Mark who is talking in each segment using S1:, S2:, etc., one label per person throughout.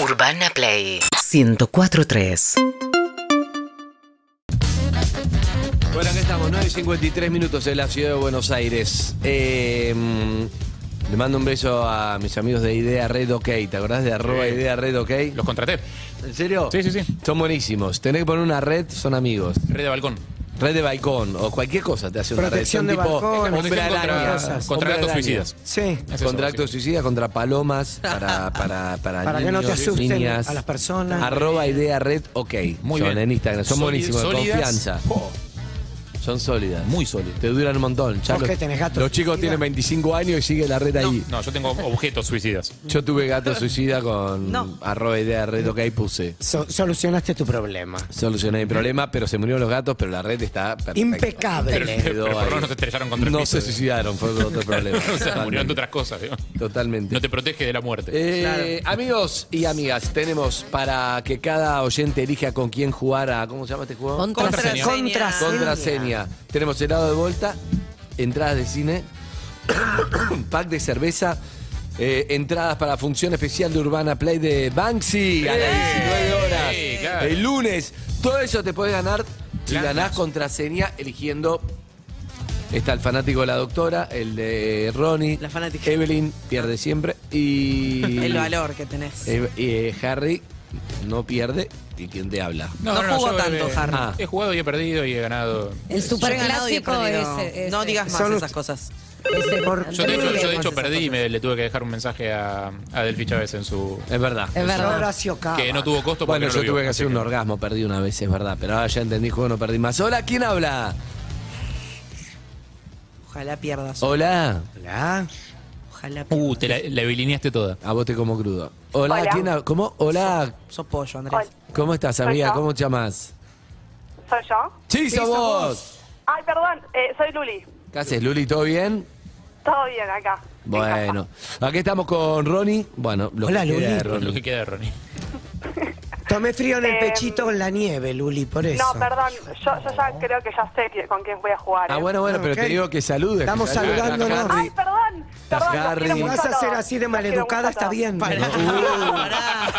S1: Urbana Play 1043.
S2: Bueno, aquí estamos, 9.53 minutos en la ciudad de Buenos Aires. Eh, mm, le mando un beso a mis amigos de Idea Red OK. ¿Te acordás de arroba
S3: Sí.
S2: Idea Red OK?
S3: Los contraté.
S2: ¿En serio?
S3: Sí, sí, sí.
S2: Son buenísimos. Tenés que poner una red, son amigos.
S3: Red de balcón.
S2: Red de balcón o cualquier cosa te hace una
S4: Protección
S2: red. Son
S4: de balcón,
S2: hombre
S3: protección contra-
S2: araña,
S4: contra
S2: hombre
S3: gatos
S2: araña.
S3: suicidas.
S4: Sí,
S3: Es eso,
S2: Contra actos suicidas, contra palomas, para, para, para,
S4: Para que no te
S2: niños,
S4: asusten
S2: niñas.
S4: a las personas.
S2: Arroba idea red, ok.
S3: Muy
S2: Son
S3: bien.
S2: en Instagram, son
S3: Soli-
S2: buenísimos, de
S3: sólidas.
S2: confianza.
S3: Oh,
S2: Son sólidas.
S3: Muy sólidas.
S2: Te duran un montón. Ya
S4: ¿Vos qué tenés, gato
S2: los chicos
S4: suicida?
S2: tienen 25 años y sigue la red ahí.
S3: No, yo tengo objetos suicidas.
S2: Yo tuve gato suicida con arroba idea red, ok, puse.
S4: so- solucionaste tu problema.
S2: Solucioné mi problema, pero se murieron los gatos, pero la red está perfecta.
S3: Pero,
S4: Impecable.
S3: pero por lo menos se estrellaron contra el
S2: No
S3: piso,
S2: se
S3: digo.
S2: suicidaron, fue otro problema.
S3: O sea, murieron de
S2: Totalmente.
S3: otras cosas. digo.
S2: Totalmente.
S3: No te protege de la muerte.
S2: Eh, Amigos y amigas, tenemos para que cada oyente elija con quién jugar a. ¿Cómo se llama este juego?
S3: Contraseña.
S4: Contraseña.
S2: Contraseña. Tenemos helado de vuelta, entradas de cine, pack de cerveza, eh, entradas para función especial de Urbana Play de Banksy a las 19 horas.
S3: Sí, claro.
S2: El lunes. Todo eso te puedes ganar si
S3: Claro.
S2: ganás contraseña eligiendo. Está el fanático de la doctora, el de Ronnie,
S5: La fanática.
S2: Evelyn, pierde siempre, y...
S5: El valor que tenés.
S2: Eh, eh, Harry no pierde y quien te habla.
S5: No jugó
S3: yo,
S5: tanto,
S3: eh,
S5: Harry.
S2: Ah.
S3: He jugado y he perdido y he ganado.
S6: El superclásico
S5: Yo he ganado y he
S6: es,
S5: perdido.
S6: es-
S5: No digas más
S4: Son
S5: esas
S4: ut-
S5: cosas.
S6: es-
S4: Por-
S6: es-
S3: Yo, de hecho, yo de hecho
S6: esas
S3: perdí y
S6: cosas.
S3: me- le tuve que dejar un mensaje a, a Delphi Chávez en su.
S2: Es verdad.
S6: Es verdad.
S4: Horacio Cava.
S3: que no tuvo costo porque
S2: Bueno,
S3: no
S2: yo
S3: lo vio.
S2: tuve que hacer
S3: Así
S2: un orgasmo, perdí una vez, es verdad, pero ahora ya entendí juego, no perdí más. Hola, ¿quién habla?
S5: Ojalá pierdas.
S2: Oh. Hola.
S4: Hola.
S5: Ojalá pierdas.
S3: Uh, te la, la bilineaste toda.
S2: A vos te como crudo. Hola,
S7: Hola.
S2: ¿quién habla? ¿Cómo? Hola,
S5: Sos pollo, Andrés.
S2: ¿cómo estás,
S7: Soy
S2: amiga?
S7: yo.
S2: ¿Cómo te llamas?
S7: ¿Soy yo?
S2: Sí, sos vos.
S7: Ay, perdón, eh, soy Luli.
S2: ¿Qué haces, Luli? ¿Todo bien?
S7: Todo bien acá. en
S2: Bueno, aquí estamos con Ronnie. Bueno, lo
S4: Hola,
S2: que queda de
S3: Lo
S4: Luli.
S3: que
S2: Ronnie.
S3: queda de Ronnie.
S4: Tomé frío en el
S7: Em,
S4: pechito en la nieve, Luli, por
S7: casa.
S4: eso.
S7: No, perdón, yo, yo ya creo que ya sé que- con quién voy a jugar.
S2: Ah,
S7: eh.
S2: bueno, bueno,
S4: Ah,
S2: pero
S4: ok.
S2: te digo que saludes. que
S4: Estamos
S2: saludes.
S4: saludándonos.
S2: Harry.
S7: Ay, perdón, perdón. los
S2: Harry.
S7: quiero
S4: Si
S7: mucho
S4: vas a
S7: todos,
S4: ser así de
S7: los quiero
S4: maleducada,
S7: mucho
S4: está bien.
S5: Pará,
S4: Uh,
S5: pará.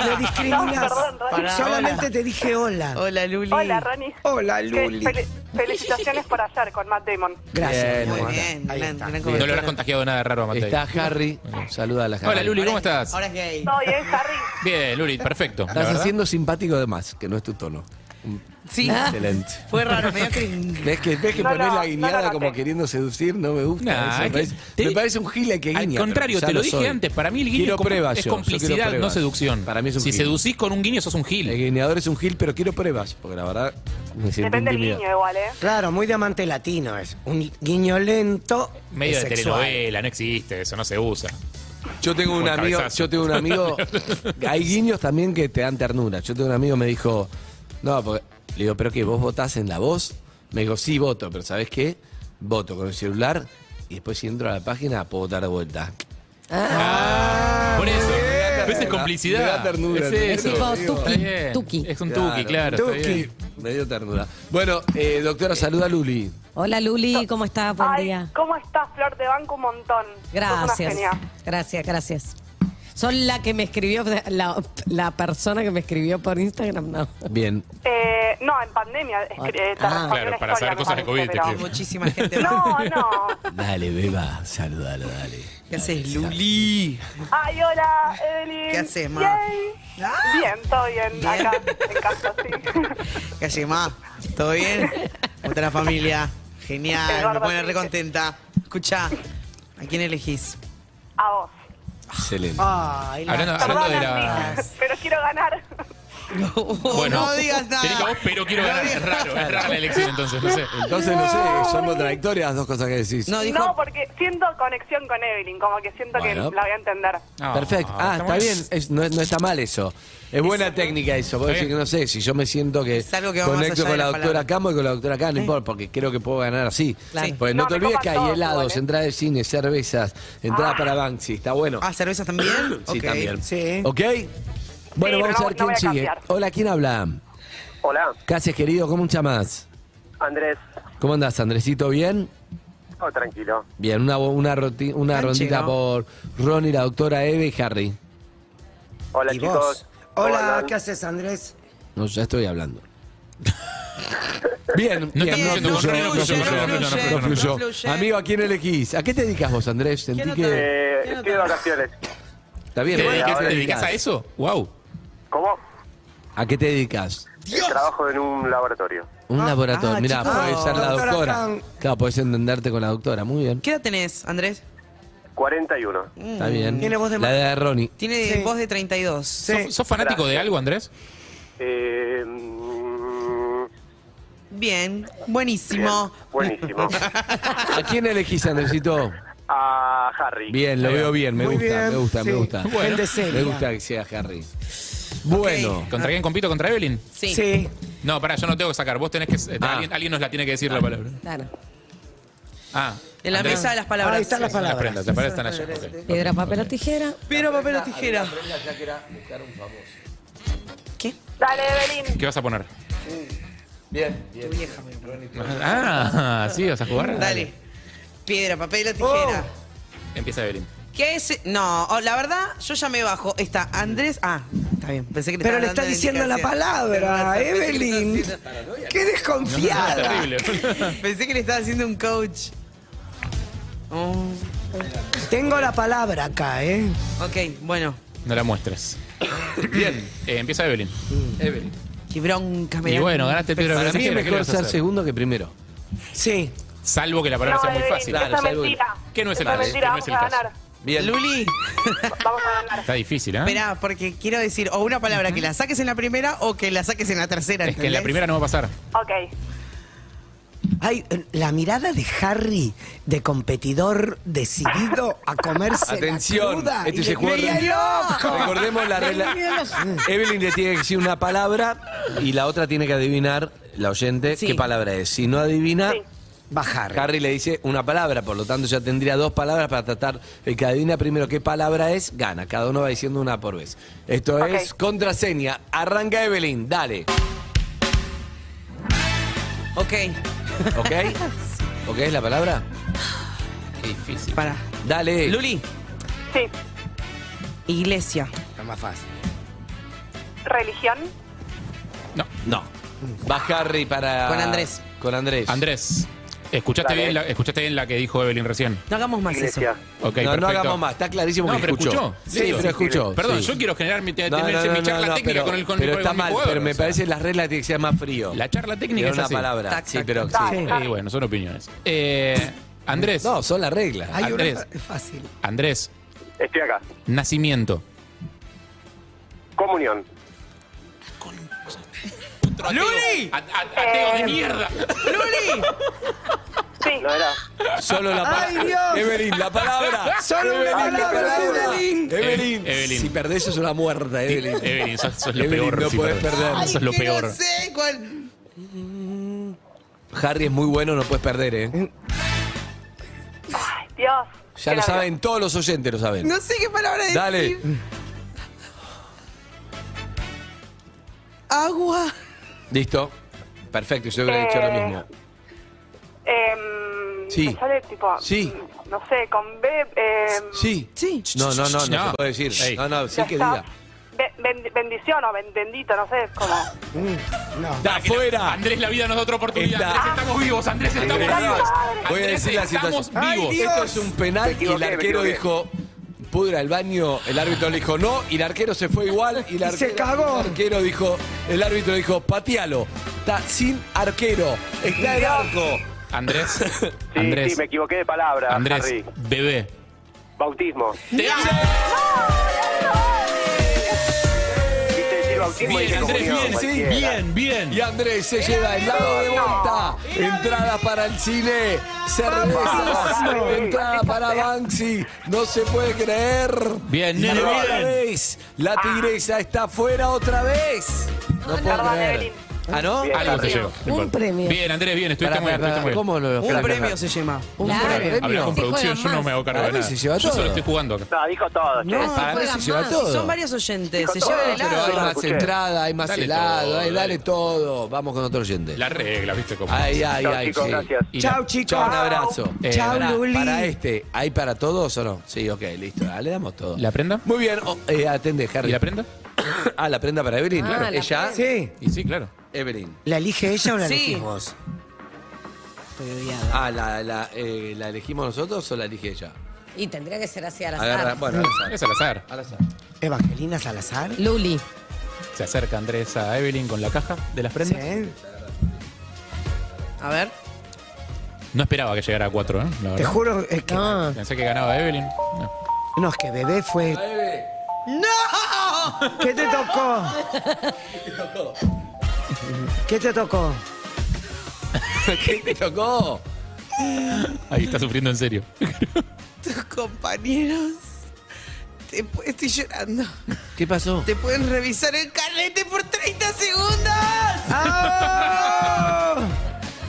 S4: Me discriminás.
S7: No, perdón, Ronnie.
S5: Pará,
S4: Solamente
S5: hola.
S4: te dije hola.
S5: Hola, Luli.
S7: todos. Hola, Ronnie.
S4: Hola,
S7: Que
S4: Luli.
S7: fel- felicitaciones por ayer con Matt Damon.
S4: Gracias.
S2: Bien,
S4: mi
S5: Muy
S4: amor.
S5: bien,
S4: Ahí
S5: gran,
S4: está.
S5: gran
S3: No le
S5: cobertura.
S3: habrás contagiado nada raro a Matei.
S2: Está Harry. Saluda a la Harry.
S3: Hola, Luli, ¿cómo
S5: Ahora es-
S3: estás?
S5: Ahora es gay.
S7: Todo bien, Harry.
S3: Bien, Luli, perfecto. la
S2: Estás
S3: verdad.
S2: haciendo simpático de más, que no es tu tono.
S5: Sí.
S2: Excelente.
S5: Fue raro, medio cringe.
S2: ¿Ves que, ves que
S7: No,
S2: ponés
S7: no,
S2: la guiñada
S7: no lo noté.
S2: como queriendo seducir? No me gusta. eso. me,
S3: Nah, es que
S2: parece,
S3: te-
S2: me parece un gila que guiña.
S3: Al
S2: pero
S3: contrario,
S2: ya
S3: te lo dije
S2: soy.
S3: antes. Para mí el guiño
S2: Quiero
S3: es, com-
S2: pruebas
S3: es
S2: yo, yo quiero
S3: complicidad, no
S2: pruebas.
S3: seducción.
S2: Para mí es un
S3: si
S2: gil.
S3: seducís con un guiño, sos un gil.
S2: El guiñador es un gil, pero quiero pruebas. Porque la verdad me siento
S7: Depende del
S2: intimidado.
S7: niño igual, ¿eh?
S4: Claro, muy diamante latino es. Un guiño lento.
S3: Medio
S4: y
S3: de
S4: sexual.
S3: telenovela, no existe eso, no se usa.
S2: Yo tengo un
S3: Buen
S2: amigo,
S3: cabezazo.
S2: yo tengo un amigo. Hay guiños también que te dan ternura. Yo tengo un amigo que me dijo, no, porque le digo, pero qué, vos votás en la voz. Me dijo, sí, voto, pero ¿sabés qué? Voto con el celular y después si entro a la página puedo votar de vuelta.
S3: Por eso. ¿Ves? Es
S2: Me da-
S3: complicidad.
S2: me da ternura,
S3: Es
S2: ¿no?
S3: eso.
S6: Es tipo
S3: Está
S6: tuki,
S3: bien.
S6: tuki.
S3: Es un tuki, claro. está
S2: Tuki.
S3: bien.
S2: Me dio ternura. Bueno, eh, doctora, saluda a Luli.
S6: Hola Luli, ¿cómo estás? Buen
S7: Ay,
S6: día.
S7: ¿cómo estás, Flor? Te banco un montón. Sos una
S6: Gracias.
S7: genia.
S6: Gracias, gracias. Son la que me escribió, la, la persona que me escribió por Instagram, no.
S2: Bien.
S7: Eh, no, en pandemia. es que, eh, te
S6: Ah.
S7: respondí
S3: Claro,
S7: una
S3: para
S7: historia,
S3: saber
S7: me
S3: cosas de
S7: parece,
S3: COVID, te
S7: pero-
S3: escribo.
S5: Muchísima gente.
S7: No, no.
S2: Dale, beba, saludalo, dale.
S5: ¿Qué haces, Luli?
S7: Ay, hola, Evelyn.
S5: ¿Qué haces, ma?
S7: Yay.
S5: Ah.
S7: Bien, todo bien,
S5: Bien.
S7: acá, en casa, sí.
S5: ¿Qué haces, ma? ¿Todo bien? ¿Cómo está la familia? Genial, me
S7: Eduardo
S5: pone
S7: Enrique.
S5: recontenta. Escucha, ¿a quién elegís?
S7: A vos.
S2: Excelente.
S4: Ay, la-
S3: Hablando, hablando de la.
S7: Perdóname, pero quiero ganar.
S3: Bueno,
S5: no digas
S3: te digo a
S5: nada.
S3: vos, pero quiero
S5: No
S3: ganar.
S5: digas
S3: Es raro, es rara la elección entonces, no sé.
S2: Entonces, no sé, son contradictorias las dos cosas que decís.
S5: No, dijo.
S7: No, porque siento conexión con Evelyn, como que siento
S2: Bueno.
S7: que la voy a entender.
S3: No,
S2: Perfecto. Ah, está
S3: estamos-
S2: bien. Es- no, no está mal eso. Es buena técnica eso. Puedo
S3: Está
S2: decir que
S3: bien.
S2: no sé, si yo me siento que,
S5: Es algo que va más
S2: conecto
S5: allá
S2: con
S5: de
S2: la
S5: la
S2: doctora
S5: palabra.
S2: Camo y con la doctora Cano, no importa, porque creo que puedo ganar así.
S5: Claro.
S2: Porque no,
S7: No,
S2: te
S7: me
S2: olvides
S7: copan
S2: que hay
S7: todos
S2: helados,
S7: iguales.
S2: entradas de cine, cervezas, entrada para Banksy. Está bueno.
S5: Ah, ¿cervezas también?
S2: sí,
S5: Ok.
S2: también.
S4: Sí.
S2: ¿Ok? Bueno,
S7: Sí,
S2: vamos
S7: pero
S2: a
S7: no-
S2: ver
S7: no voy
S2: quién
S7: a
S2: sigue.
S7: cambiar.
S2: Hola, ¿quién habla?
S8: Hola,
S2: ¿Qué haces, querido? ¿Cómo te llamas?
S8: Andrés.
S2: ¿Cómo andás, Andresito? ¿Bien?
S8: Oh, tranquilo.
S2: Bien, una, bo- una, roti- una
S5: Canchero.
S2: rondita por Ronnie, la doctora Eve y Harry.
S8: Hola,
S4: ¿Y
S8: chicos.
S4: vos? Hola,
S8: Hola.
S4: ¿qué haces, Andrés?
S2: No, ya estoy hablando. bien,
S3: No
S2: bien,
S3: estoy
S2: no fluyó,
S3: diciendo con
S2: no
S3: ruido,
S2: fluyó,
S3: no fluye,
S2: no
S3: no fluye,
S2: fluyó.
S5: no fluye.
S2: Amigo, ¿a quién elegís? ¿A qué te dedicas vos, Andrés? Sentí
S5: no
S2: que...
S8: Eh,
S5: Quiero
S8: estoy de
S5: trabajar.
S8: vacaciones.
S2: Está bien, ¿eh?
S3: ¿Te
S2: bueno,
S3: dedicas,
S2: ahora
S3: te dedicas a
S2: dedicás.
S3: eso? ¡Wow!
S8: ¿Cómo?
S2: ¿A qué te dedicas?
S8: Trabajo en un laboratorio.
S2: Un
S5: Ah,
S2: laboratorio.
S5: ah,
S2: Mirá,
S5: chicos.
S2: podés ser la
S4: Doctora
S2: doctora.
S4: Khan.
S2: Claro, podés entenderte con la doctora. Muy bien.
S9: ¿Qué edad tenés, Andrés?
S8: 41.
S2: Está bien.
S4: Tiene voz de
S2: La
S4: ma-
S2: de Ronnie.
S9: Tiene
S4: Sí.
S9: voz de 32.
S4: Sí.
S3: ¿Sos fanático de algo, Andrés?
S8: Eh, mm,
S9: Bien,
S8: bien,
S9: buenísimo.
S8: buenísimo.
S2: ¿A quién elegís, Andresito?
S8: A Harry.
S2: Bien, lo veo bien. Me
S4: Muy
S2: gusta,
S4: bien,
S2: me gusta, me
S4: sí.
S2: gusta.
S3: Bueno.
S4: Gente seria.
S2: Me gusta que sea Harry. Bueno.
S3: ¿Contra quién compito? ¿Contra Evelyn?
S9: Sí.
S4: Sí.
S3: No, pará, yo no tengo que sacar. Vos tenés que. eh,
S2: Ah.
S3: Alguien, alguien nos la tiene que decir la palabra.
S6: Claro.
S3: Ah.
S9: En la
S3: Andrés.
S9: mesa de las palabras.
S4: Ahí están las
S3: Las
S4: palabras.
S3: prendas, las palabras están allá. ok.
S6: Piedra, papel o tijera.
S9: Piedra, papel o tijera. ¿Qué?
S7: Dale, Evelyn.
S3: ¿Qué vas a poner? Bien, bien. Ah, sí, vas a jugar.
S9: Dale. Piedra, papel o tijera.
S4: Oh.
S3: Empieza Evelyn.
S9: ¿Qué es? No, oh, la verdad, yo ya me bajo. Está Andrés. Ah, está bien. Pensé que
S4: Pero
S9: estaba
S4: le está
S9: dando
S4: diciendo la
S9: indicaciones.
S4: palabra,
S9: Tenés razón, pensé que le estaba
S4: Evelyn.
S9: haciendo-
S4: ¡Qué desconfiada!
S3: Ah, Terrible.
S9: Pensé que le estaba haciendo un coach. Oh,
S4: Tengo la palabra acá, ¿eh?
S9: ok, bueno.
S3: No la muestres. Bien, eh, empieza Evelyn.
S9: Qué bronca me
S3: Y
S9: da.
S3: bueno, ganaste piedra
S2: Para
S3: papel
S2: mí es
S3: tijera. ¿Qué le
S2: mejor
S3: vas a
S2: ser
S3: hacer?
S2: segundo que primero.
S4: Sí.
S3: Salvo que la palabra
S7: No,
S3: sea muy
S7: Evelyn,
S3: fácil.
S7: eso es
S2: salvo-
S7: mentira.
S3: Que no es el
S7: Eso
S3: caso,
S7: mentira,
S3: que no es
S7: vamos
S3: el
S7: a
S3: caso.
S7: ganar.
S2: Bien.
S9: Luli,
S7: Vamos a ganar.
S3: Está difícil, ¿eh?
S9: esperá, porque quiero decir o una palabra que la saques en la primera o que la saques en la tercera.
S3: es que en la
S9: ¿entendés?
S3: primera no va a pasar.
S7: Ok.
S4: Ay, la mirada de Harry, de competidor decidido a comerse la
S2: Atención,
S4: cruda.
S2: este
S4: y
S2: es el
S4: le
S2: juego.
S4: pide el ojo.
S2: Recordemos la regla. Evelyn le tiene que decir una palabra y la otra tiene que adivinar, la oyente,
S9: Sí.
S2: qué palabra es. Si no adivina,
S7: Sí.
S4: Bajar.
S2: Harry le dice una palabra, por lo tanto ya tendría dos palabras para tratar. El que adivina primero qué palabra es, gana. Cada uno va diciendo una por vez. Esto
S7: Ok.
S2: es contraseña. Arranca Evelyn, dale.
S9: Ok,
S2: ¿Ok? ¿Ok es la palabra?
S3: Qué difícil.
S9: para.
S2: Dale.
S9: Luli,
S7: Sí.
S9: iglesia.
S4: Está más fácil.
S7: Religión.
S3: No.
S2: No. Va Harry para.
S9: Con Andrés.
S2: Con Andrés.
S3: Andrés, ¿escuchaste
S8: Dale.
S3: bien, la, ¿escuchaste bien la que dijo Evelyn recién?
S9: No hagamos más
S8: Iglesia.
S9: eso.
S3: Ok,
S2: no,
S3: perfecto.
S2: no hagamos más, está clarísimo
S3: No,
S2: que
S3: pero
S2: escuchó.
S3: escuchó.
S2: Sí,
S3: Sí, sí.
S2: pero escuchó.
S3: Perdón,
S2: sí.
S3: yo quiero generar mi, te-
S2: No,
S3: tener
S2: no, no,
S3: mi
S2: no,
S3: charla
S2: no,
S3: técnica
S2: pero-
S3: con el con
S2: Pero
S3: con
S2: está
S3: mi
S2: mal,
S3: jugador,
S2: pero me
S3: o sea.
S2: parece que las reglas tienen que ser más frío.
S3: La charla técnica
S2: Era
S3: es
S2: una
S3: así.
S2: palabra.
S9: Tac,
S2: sí,
S9: tac,
S2: pero.
S7: tac.
S2: sí.
S3: Y bueno, son opiniones. Eh, Andrés,
S2: No, son las reglas.
S4: Hay una
S3: Andrés.
S4: fa- fácil.
S3: Andrés,
S8: Estoy acá.
S3: nacimiento.
S8: Comunión.
S3: ¡Luli! ¡Ateo de mierda!
S7: Sí.
S8: ¿No era?
S2: Solo la palabra.
S4: ¡Ay, Dios!
S2: Evelyn, la palabra.
S4: Solo una
S2: Evelyn, la
S4: palabra,
S2: palabra.
S4: Evelyn.
S2: Evelyn.
S3: Eh, Evelyn.
S2: Si perdés, es una muerta, Evelyn.
S3: Evelyn, sos, sos lo
S2: Evelyn,
S3: peor.
S2: no
S3: si
S2: podés
S3: perdés.
S2: perder.
S3: Sos lo
S9: que No
S3: peor.
S9: sé cuál.
S2: Harry es muy bueno, no puedes perder, ¿eh?
S7: Ay,
S2: Ya
S7: Dios. Qué
S2: lo
S7: nervios.
S2: saben, todos los oyentes lo saben.
S9: No sé qué palabra decir.
S2: Dale.
S9: Agua.
S2: Listo. Perfecto, yo hubiera dicho lo
S7: Eh,
S2: mismo.
S7: Em,
S2: Sí.
S7: me sale tipo.
S2: Sí.
S7: No sé, con B. em,
S2: Sí.
S9: Sí.
S2: No, no, no, no,
S3: No.
S2: se puede decir.
S3: Ey.
S2: No, no, sí
S7: ya
S2: que
S7: está.
S2: diga.
S7: Be- ben- bendición o ben- bendito, no sé, como.
S2: ¡Está afuera!
S3: Andrés, la vida nos da otra oportunidad.
S2: Está-
S3: Andrés, estamos vivos. Andrés, estamos
S2: Andrés,
S3: vivos.
S2: Voy a
S3: Andrés,
S2: decir la
S3: estamos
S2: situación.
S3: vivos.
S4: Dios!
S2: Esto es un penal y el
S8: equivoqué, me
S2: arquero
S8: equivoqué.
S2: dijo, pudo ir al baño, el árbitro le dijo no, y el arquero se fue igual, y el
S4: Y
S2: arquero,
S4: se cagó.
S2: El arquero dijo, el árbitro dijo, patealo, está sin arquero, está el arco.
S3: Andrés,
S8: Sí,
S3: Andrés,
S8: sí, me equivoqué de palabra,
S3: Andrés,
S8: Harry.
S3: bebé.
S8: Bautismo.
S3: Te amo.
S8: ¿Viste decir bautismo?
S3: Bien,
S8: Dije
S3: Andrés,
S8: comunión,
S3: bien, sí,
S8: cualquiera.
S3: bien, bien.
S2: Y Andrés se lleva el lado de vuelta, entradas para el cine, cervezas,
S8: Vamos,
S2: entrada para Banksy, no se puede creer.
S3: Bien,
S2: Y
S3: nene,
S2: otra
S3: bien.
S2: vez,
S8: Ah.
S2: la tigresa está fuera otra vez. No puedo
S7: Perdón,
S2: creer.
S7: Evelyn.
S2: ¿Ah, no?
S8: Bien,
S3: Algo te
S8: Harry.
S3: llevo. no
S6: Un
S3: importa.
S6: premio.
S3: Bien, Andrés, bien. Estuviste
S2: Pará,
S3: muy bien.
S2: pará,
S3: estuviste muy bien.
S2: ¿Cómo lo
S9: Un premio se llama.
S2: Un
S6: Claro.
S2: premio.
S6: premio.
S3: Hablar con
S6: Se
S3: producción,
S6: juegan
S3: yo no
S6: más.
S3: me hago cargo de
S2: Para mí
S3: nada.
S2: se lleva
S3: Yo
S2: todo.
S3: solo estoy jugando acá.
S8: No, dijo todo. che.
S6: No,
S2: Para mí se lleva
S6: más.
S2: todo.
S9: Son varios oyentes. Se
S8: Dijo
S9: lleva el
S8: todo,
S2: Pero
S9: helado.
S2: hay
S8: Claro,
S2: más
S8: escuché.
S2: entrada, hay más
S3: Dale
S2: helado, ay,
S3: todo, dale
S2: dale todo. Vamos con otro oyente.
S3: La regla, ¿viste cómo?
S2: Ay, ay,
S8: Chau,
S2: ay.
S8: chicos,
S2: sí.
S8: gracias.
S3: Y la-
S4: Chau, chicos.
S2: Chao, un abrazo.
S3: Eh,
S4: Chau,
S2: para,
S4: Luli.
S2: para este, ¿hay para todos o no? Sí, ok, listo. ah, Le damos todo.
S3: ¿La prenda?
S2: Muy bien, oh, eh, atende, Harry.
S3: ¿Y la prenda?
S2: ah, la prenda para Evelyn.
S6: Ah,
S2: Claro.
S6: la
S2: Ella,
S6: prenda.
S4: Sí.
S3: Y sí, claro.
S2: Evelyn.
S4: ¿La elige ella o la
S9: Sí.
S4: elegís vos?
S6: Estoy odiada.
S2: Ah, la, la, eh, ¿la elegimos nosotros o la elige ella?
S6: Y tendría que ser así al azar.
S2: Agarra, bueno, Ah, al azar.
S3: Es al azar.
S2: Al azar.
S4: ¿Evangelina Salazar?
S6: Luli.
S3: Se acerca Andrés a Evelyn con la caja de las prendas.
S4: Sí. ¿eh?
S9: A ver.
S3: No esperaba que llegara a cuatro, ¿eh? La
S4: Te
S3: verdad.
S4: juro es que. No.
S6: No.
S3: Pensé que ganaba Evelyn. No.
S4: es que bebé fue.
S9: ¡No!
S4: ¿Qué te tocó? ¿Qué te tocó?
S2: ¿Qué te tocó?
S3: Ahí está sufriendo en serio.
S9: Tus compañeros. te pu- estoy llorando.
S2: ¿Qué pasó?
S9: Te pueden revisar el carrete por 30
S2: Ah,
S9: segundos.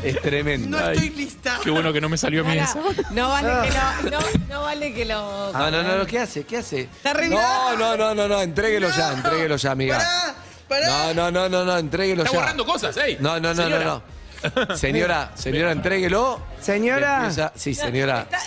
S2: Es tremendo.
S9: No
S3: Ay.
S9: estoy lista.
S3: Qué bueno que no me salió a mí
S6: Pará,
S3: eso.
S6: No vale que lo. No, no vale que lo.
S2: No, no, no, no, ¿qué hace? ¿Qué hace?
S6: Está
S2: No,
S6: arreglado.
S2: no, no, no, no, entréguelo ya, entréguelo ya, amiga.
S9: Pará, pará.
S2: No, no, no, no, no, entréguelo
S3: Está
S2: ya.
S3: borrando cosas, ¿eh?
S2: No, no, no, no, no. Señora, señora, entréguelo.
S4: Señora.
S2: Empieza- Sí, señora.
S6: Está,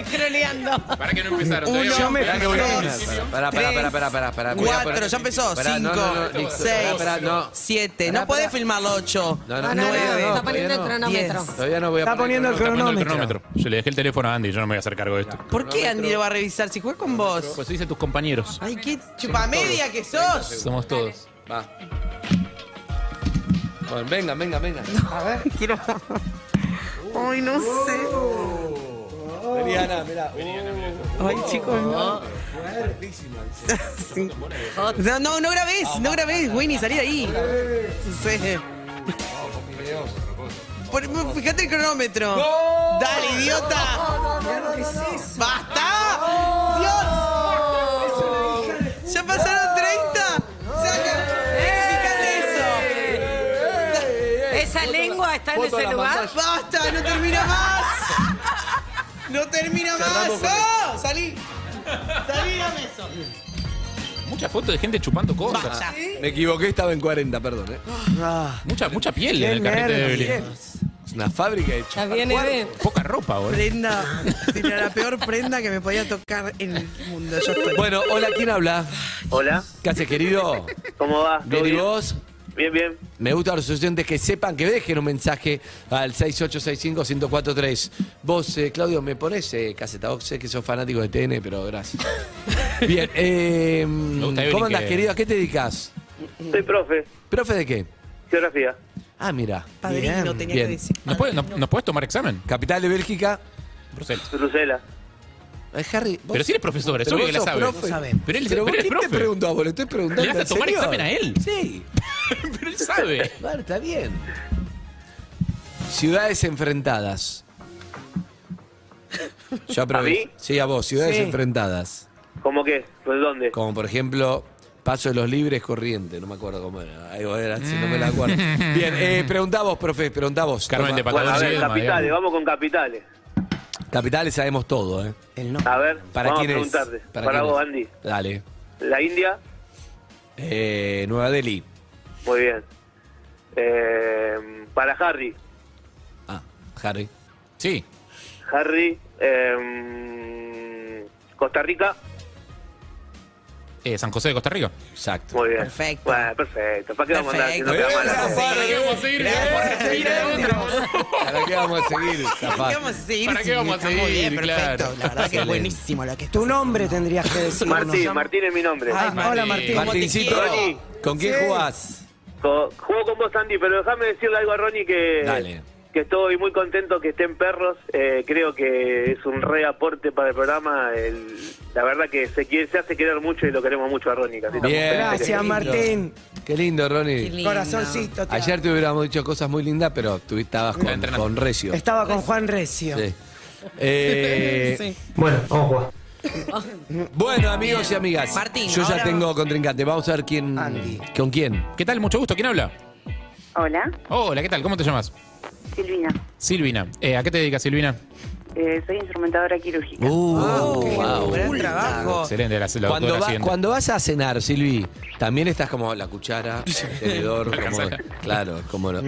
S6: está croneando.
S3: Para que no empezaron.
S4: Uno,
S3: todavía.
S4: yo me
S3: Esperá que voy al
S4: fijé.
S3: principio.
S2: Pará, pará, pará, pará, pará, pará. Voy a
S9: Cuatro,
S2: poner-
S9: ya empezó.
S2: Pará, no,
S9: Cinco,
S2: no, no, listo.
S9: seis,
S2: Pará, pará, no.
S9: siete.
S2: Pará,
S9: no podés
S2: pará.
S9: filmar los ocho.
S2: No,
S6: No, no, no.
S2: Nueve,
S6: Está poniendo el
S2: nueve,
S6: cronómetro.
S9: diez.
S2: Todavía no voy a
S4: Está poniendo el
S3: Está poniendo el
S4: cronómetro.
S3: cronómetro. Yo le dejé el teléfono a Andy, yo no me voy a hacer cargo de esto.
S9: ¿Por qué Andy lo va a revisar si juega con vos?
S3: Pues dice tus compañeros.
S9: Ay, qué chupamedia que sos.
S3: Somos todos.
S2: Va. Bueno, venga, venga, venga.
S9: Ay, no sé.
S2: Vení, Ana, mirá.
S9: Ay, chicos, no. Sí. No, no, no grabés, no grabés, Winnie, salí de ahí. Sí. Por- Fíjate el cronómetro. Dale, idiota. ¡Basta! ¡Dios! ¡Ya pasaron 30! ¡Saca!
S2: ¡Eh!
S9: ¡Fíjate eso!
S6: Esa lengua está en
S2: foto a
S6: ese
S2: la
S6: lugar.
S2: pantalla.
S9: ¡Basta! ¡No termina más! ¡No termina más!
S2: Cerramos con
S9: ¡No! ¡Salí! ¡Salí, dame eso!
S3: Mucha foto de gente chupando cosas.
S9: Basta.
S2: Me equivoqué, estaba en 40, perdón. ¿eh?
S4: Ah,
S3: Mucha, mucha piel
S4: qué
S3: en el carrete de
S4: nervios.
S3: Evelyn.
S2: Es una fábrica de
S6: Ya viene de.
S3: Poca ropa, boludo.
S9: prenda. Tenía la peor prenda que me podía tocar en el mundo. Yo estoy-
S2: Bueno, hola, ¿quién habla?
S8: Hola,
S2: ¿Qué haces, querido?
S8: ¿cómo va? ¿Todo
S2: Bien, ¿y vos?
S8: Bien, bien.
S2: Me gusta a los oyentes que sepan que dejen un mensaje al 6865-1043. Vos, eh, Claudio, me pones eh, caseta box. Sé que sos fanático de TN, pero gracias. Bien, eh,
S3: gusta Evelyn
S2: ¿cómo andás,
S3: que-
S2: querido? ¿A qué te dedicas?
S8: Soy profe,
S2: ¿Profe de qué?
S8: geografía.
S2: Ah, mira.
S9: Padrino
S4: Bien,
S9: tenía
S2: bien.
S9: que decir.
S3: ¿Nos, puede- no- ¿Nos puedes tomar examen?
S2: Capital de Bélgica.
S3: Bruselas.
S8: Bruselas.
S2: Eh, Harry, vos-
S3: Pero si eres profesora, es
S2: Pero
S3: obvio
S2: vos
S3: que la
S2: sos
S3: sabe.
S2: profe.
S4: Sabemos.
S3: Pero él,
S2: Pero vos,
S3: pero él es
S2: ¿quién te
S3: profe.
S2: preguntó? Vos le estoy preguntando.
S3: Le vas a
S2: al
S3: tomar
S2: señor.
S3: examen a él.
S2: Sí.
S3: pero él sabe.
S2: Bueno, está bien. Ciudades enfrentadas. Yo aprobé.
S8: mí?
S2: Sí, a vos, ciudades
S4: Sí.
S2: enfrentadas.
S8: ¿Cómo qué? ¿Pues dónde?
S2: Como por ejemplo, Paso de los Libres Corriente, no me acuerdo cómo era. Ahí vos eras, si no me la
S8: Mm.
S2: acuerdo. Bien, eh, preguntá vos, profe, preguntá vos.
S3: Carmen de
S2: Toma.
S8: Bueno, a
S3: Patagones.
S8: ver, capitales, vamos con capitales.
S2: Capitales sabemos todo, ¿eh?
S4: el no.
S8: A ver,
S2: ¿Para
S8: vamos a
S2: quién es?
S8: preguntarte. Para,
S2: quién
S8: vos,
S2: es?
S8: Andy.
S2: Dale.
S8: La India,
S2: Eh, Nueva Delhi.
S8: muy bien. Eh, para Harry,
S2: Ah, Harry.
S3: Sí.
S8: Harry, eh, Costa Rica,
S3: Eh, San José de Costa Rica.
S2: Exacto.
S8: muy bien.
S9: Perfecto.
S8: Bueno, perfecto. ¿Para qué vamos a andar haciendo
S9: Perfecto.
S8: cámara?
S9: Vamos a seguir.
S2: ¿eh? ¿Para qué vamos a seguir?
S9: ¿Para
S2: zafar?
S9: qué vamos a seguir?
S3: ¿Para qué
S9: si
S3: vamos a
S9: estamos
S3: seguir?
S9: bien, perfecto.
S3: Claro.
S9: La verdad que es
S2: Excelente.
S9: buenísimo lo que
S4: Tu
S9: estás
S4: nombre tendrías que decir.
S8: Martín, Martín es mi nombre.
S4: Ay, hola Martín.
S9: Martín.
S2: Martincito,
S8: Como te quiero.
S2: ¿con quién
S4: Sí.
S2: jugás?
S8: Co- juego con vos, Andy, pero déjame decirle algo a Ronnie que,
S2: Dale.
S8: que estoy muy contento que estén perros. Eh, creo que es un re aporte para el programa. El- la verdad que se, quiere- se hace querer mucho y lo queremos mucho a Ronnie. casi estamos
S2: Bien.
S8: felices.
S4: Gracias, Martín.
S2: Qué lindo, Ronnie.
S9: haciendo.
S4: Corazoncito. te
S2: Ayer te hubiéramos dicho cosas muy lindas, pero tú estabas con,
S3: entrenando.
S2: con recio.
S4: Estaba con Juan Recio.
S2: Sí. Eh, Bueno, amigos y amigas,
S9: Martín,
S2: yo ya
S9: ahora-
S2: tengo contrincante. Vamos a ver quién.
S4: Andy.
S2: ¿Con quién?
S3: ¿Qué tal? Mucho gusto. ¿Quién habla?
S7: Hola,
S3: Hola, ¿qué tal? ¿Cómo te llamas?
S7: Silvina. Eh,
S3: Silvina. Eh, ¿A qué te dedicas, Silvina?
S7: soy instrumentadora quirúrgica.
S2: Uh,
S9: wow.
S2: wow.
S9: Gran trabajo.
S3: Excelente, la, la
S2: Cuando,
S3: doctora
S2: va-
S3: siguiente.
S2: cuando vas a cenar, Silvi, también estás como la cuchara, el tenedor, como,
S3: Alcanzala.
S2: claro, como no.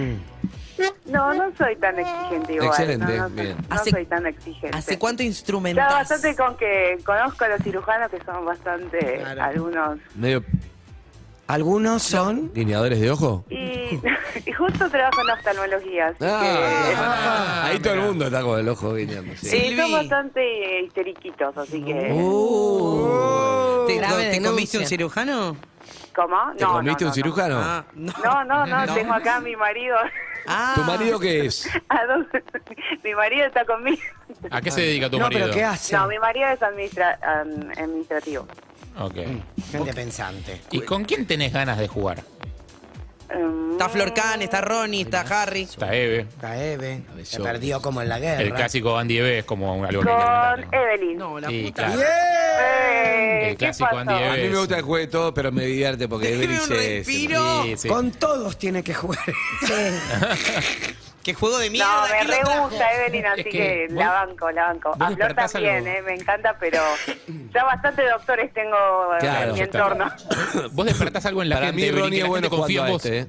S7: No, no soy tan exigente igual.
S2: Excelente,
S7: no, no soy-
S2: bien.
S7: no
S9: Hace-
S7: soy tan exigente.
S9: ¿Hace cuánto
S7: Ya
S9: instrumentas?
S7: bastante con que conozco a los cirujanos que son bastante,
S5: Claro.
S7: algunos
S2: Medio
S4: Algunos son.
S2: ¿Lineadores de ojo?
S7: Y, y justo trabajo en oftalmología. así
S2: Ah,
S7: que-
S2: ah, ahí todo el mundo está con el ojo guiñando. sí.
S7: Sí,
S9: Silvi.
S7: son bastante eh, histeriquitos, así que...
S2: Uh.
S9: ¿Te,
S6: Grave
S9: te
S6: denuncia.
S9: comiste un cirujano?
S7: ¿Cómo?
S2: ¿Te
S7: no,
S2: comiste
S7: no, no,
S2: un cirujano?
S9: Ah, no.
S7: No, no, no,
S9: No.
S7: tengo acá a mi marido.
S9: Ah.
S2: ¿Tu marido qué es?
S7: ¿A dónde? Mi marido está conmigo.
S3: ¿A qué se dedica tu
S4: No,
S3: marido?
S4: pero ¿qué hace?
S7: No, mi marido es administra- am- administrativo.
S3: Ok.
S4: Gente pensante.
S3: ¿Y con quién tenés ganas de jugar?
S7: Em,
S9: Está Florcan, está Ronnie, está Harry.
S3: Está Eve.
S4: Está Eve, se
S2: Avisó.
S4: perdió como en la guerra.
S3: El clásico Andy Eve es como un algo que hay que
S7: Con
S3: alimentar,
S7: Evelyn.
S9: No, la
S3: ¿no? Y
S9: puta.
S3: claro,
S7: Eh,
S3: El
S7: ¿qué
S3: clásico
S7: pasó?
S3: Andy
S2: A mí me gusta el juego de todo, pero me divierte porque
S9: Deme
S2: Evelyn
S9: un
S2: se- se
S9: respiro.
S3: Sí, sí.
S4: Con todos tiene que jugar.
S9: ¡Qué juego de mierda!
S7: No, me
S9: ¿quién lo
S7: re
S9: trajo?
S7: gusta Evelyn, así
S3: Es que
S7: que,
S3: vos-
S7: la banco, la banco.
S3: vos
S7: A Flor
S3: despertás
S7: también,
S3: algo.
S7: eh, me encanta, pero ya bastantes doctores tengo eh,
S2: Claro,
S7: en mi
S2: ya
S3: está.
S7: entorno.
S3: Vos despertás algo en la
S2: Para
S3: gente,
S2: mí
S3: Evelyn,
S2: Ronnie
S3: que
S2: es
S3: la
S2: bueno
S3: gente
S2: jugando
S3: confía
S2: a
S3: en vos.
S2: este, ¿eh?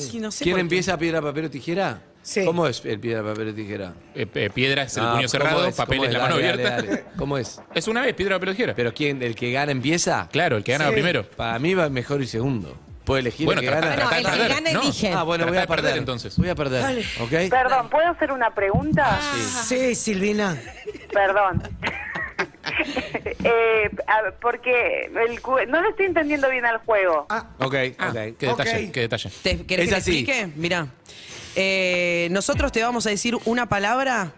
S9: Sí, no sé
S2: ¿Quién
S9: por qué.
S2: empieza piedra, papel o tijera?
S4: Sí.
S2: ¿Cómo es el piedra, papel o tijera?
S3: Eh, eh, piedra es el
S2: Ah,
S3: puño cerrado,
S2: ¿cómo es?
S3: papel
S2: ¿Cómo
S3: es la
S2: Dale,
S3: mano
S2: dale,
S3: abierta.
S2: dale. ¿Cómo es?
S3: Es una vez, piedra, papel o tijera.
S2: ¿Pero quién? ¿El que gana empieza?
S3: Claro, el que gana va primero.
S2: Para mí va mejor y segundo. Puede elegir
S3: Bueno,
S2: el que
S3: tratá-
S2: gana.
S6: No,
S3: tratá de
S6: el que
S3: perder.
S6: gana
S3: No.
S6: elige.
S2: Ah, bueno,
S3: Tratá
S2: voy a
S3: de perder,
S2: perder
S3: entonces.
S2: Voy a perder. ¿Ok?
S7: Perdón, ¿puedo hacer una pregunta?
S3: Ah,
S4: Sí, Silvina.
S7: Perdón. eh, a- porque el cu- no le estoy entendiendo bien al juego.
S2: Ok,
S3: Ah,
S2: ok.
S3: qué detalle,
S4: Ok.
S3: qué detalle.
S9: ¿Te,
S2: Es
S9: ¿Querés que te
S2: así.
S9: explique? Mirá. Eh, nosotros te vamos a decir una palabra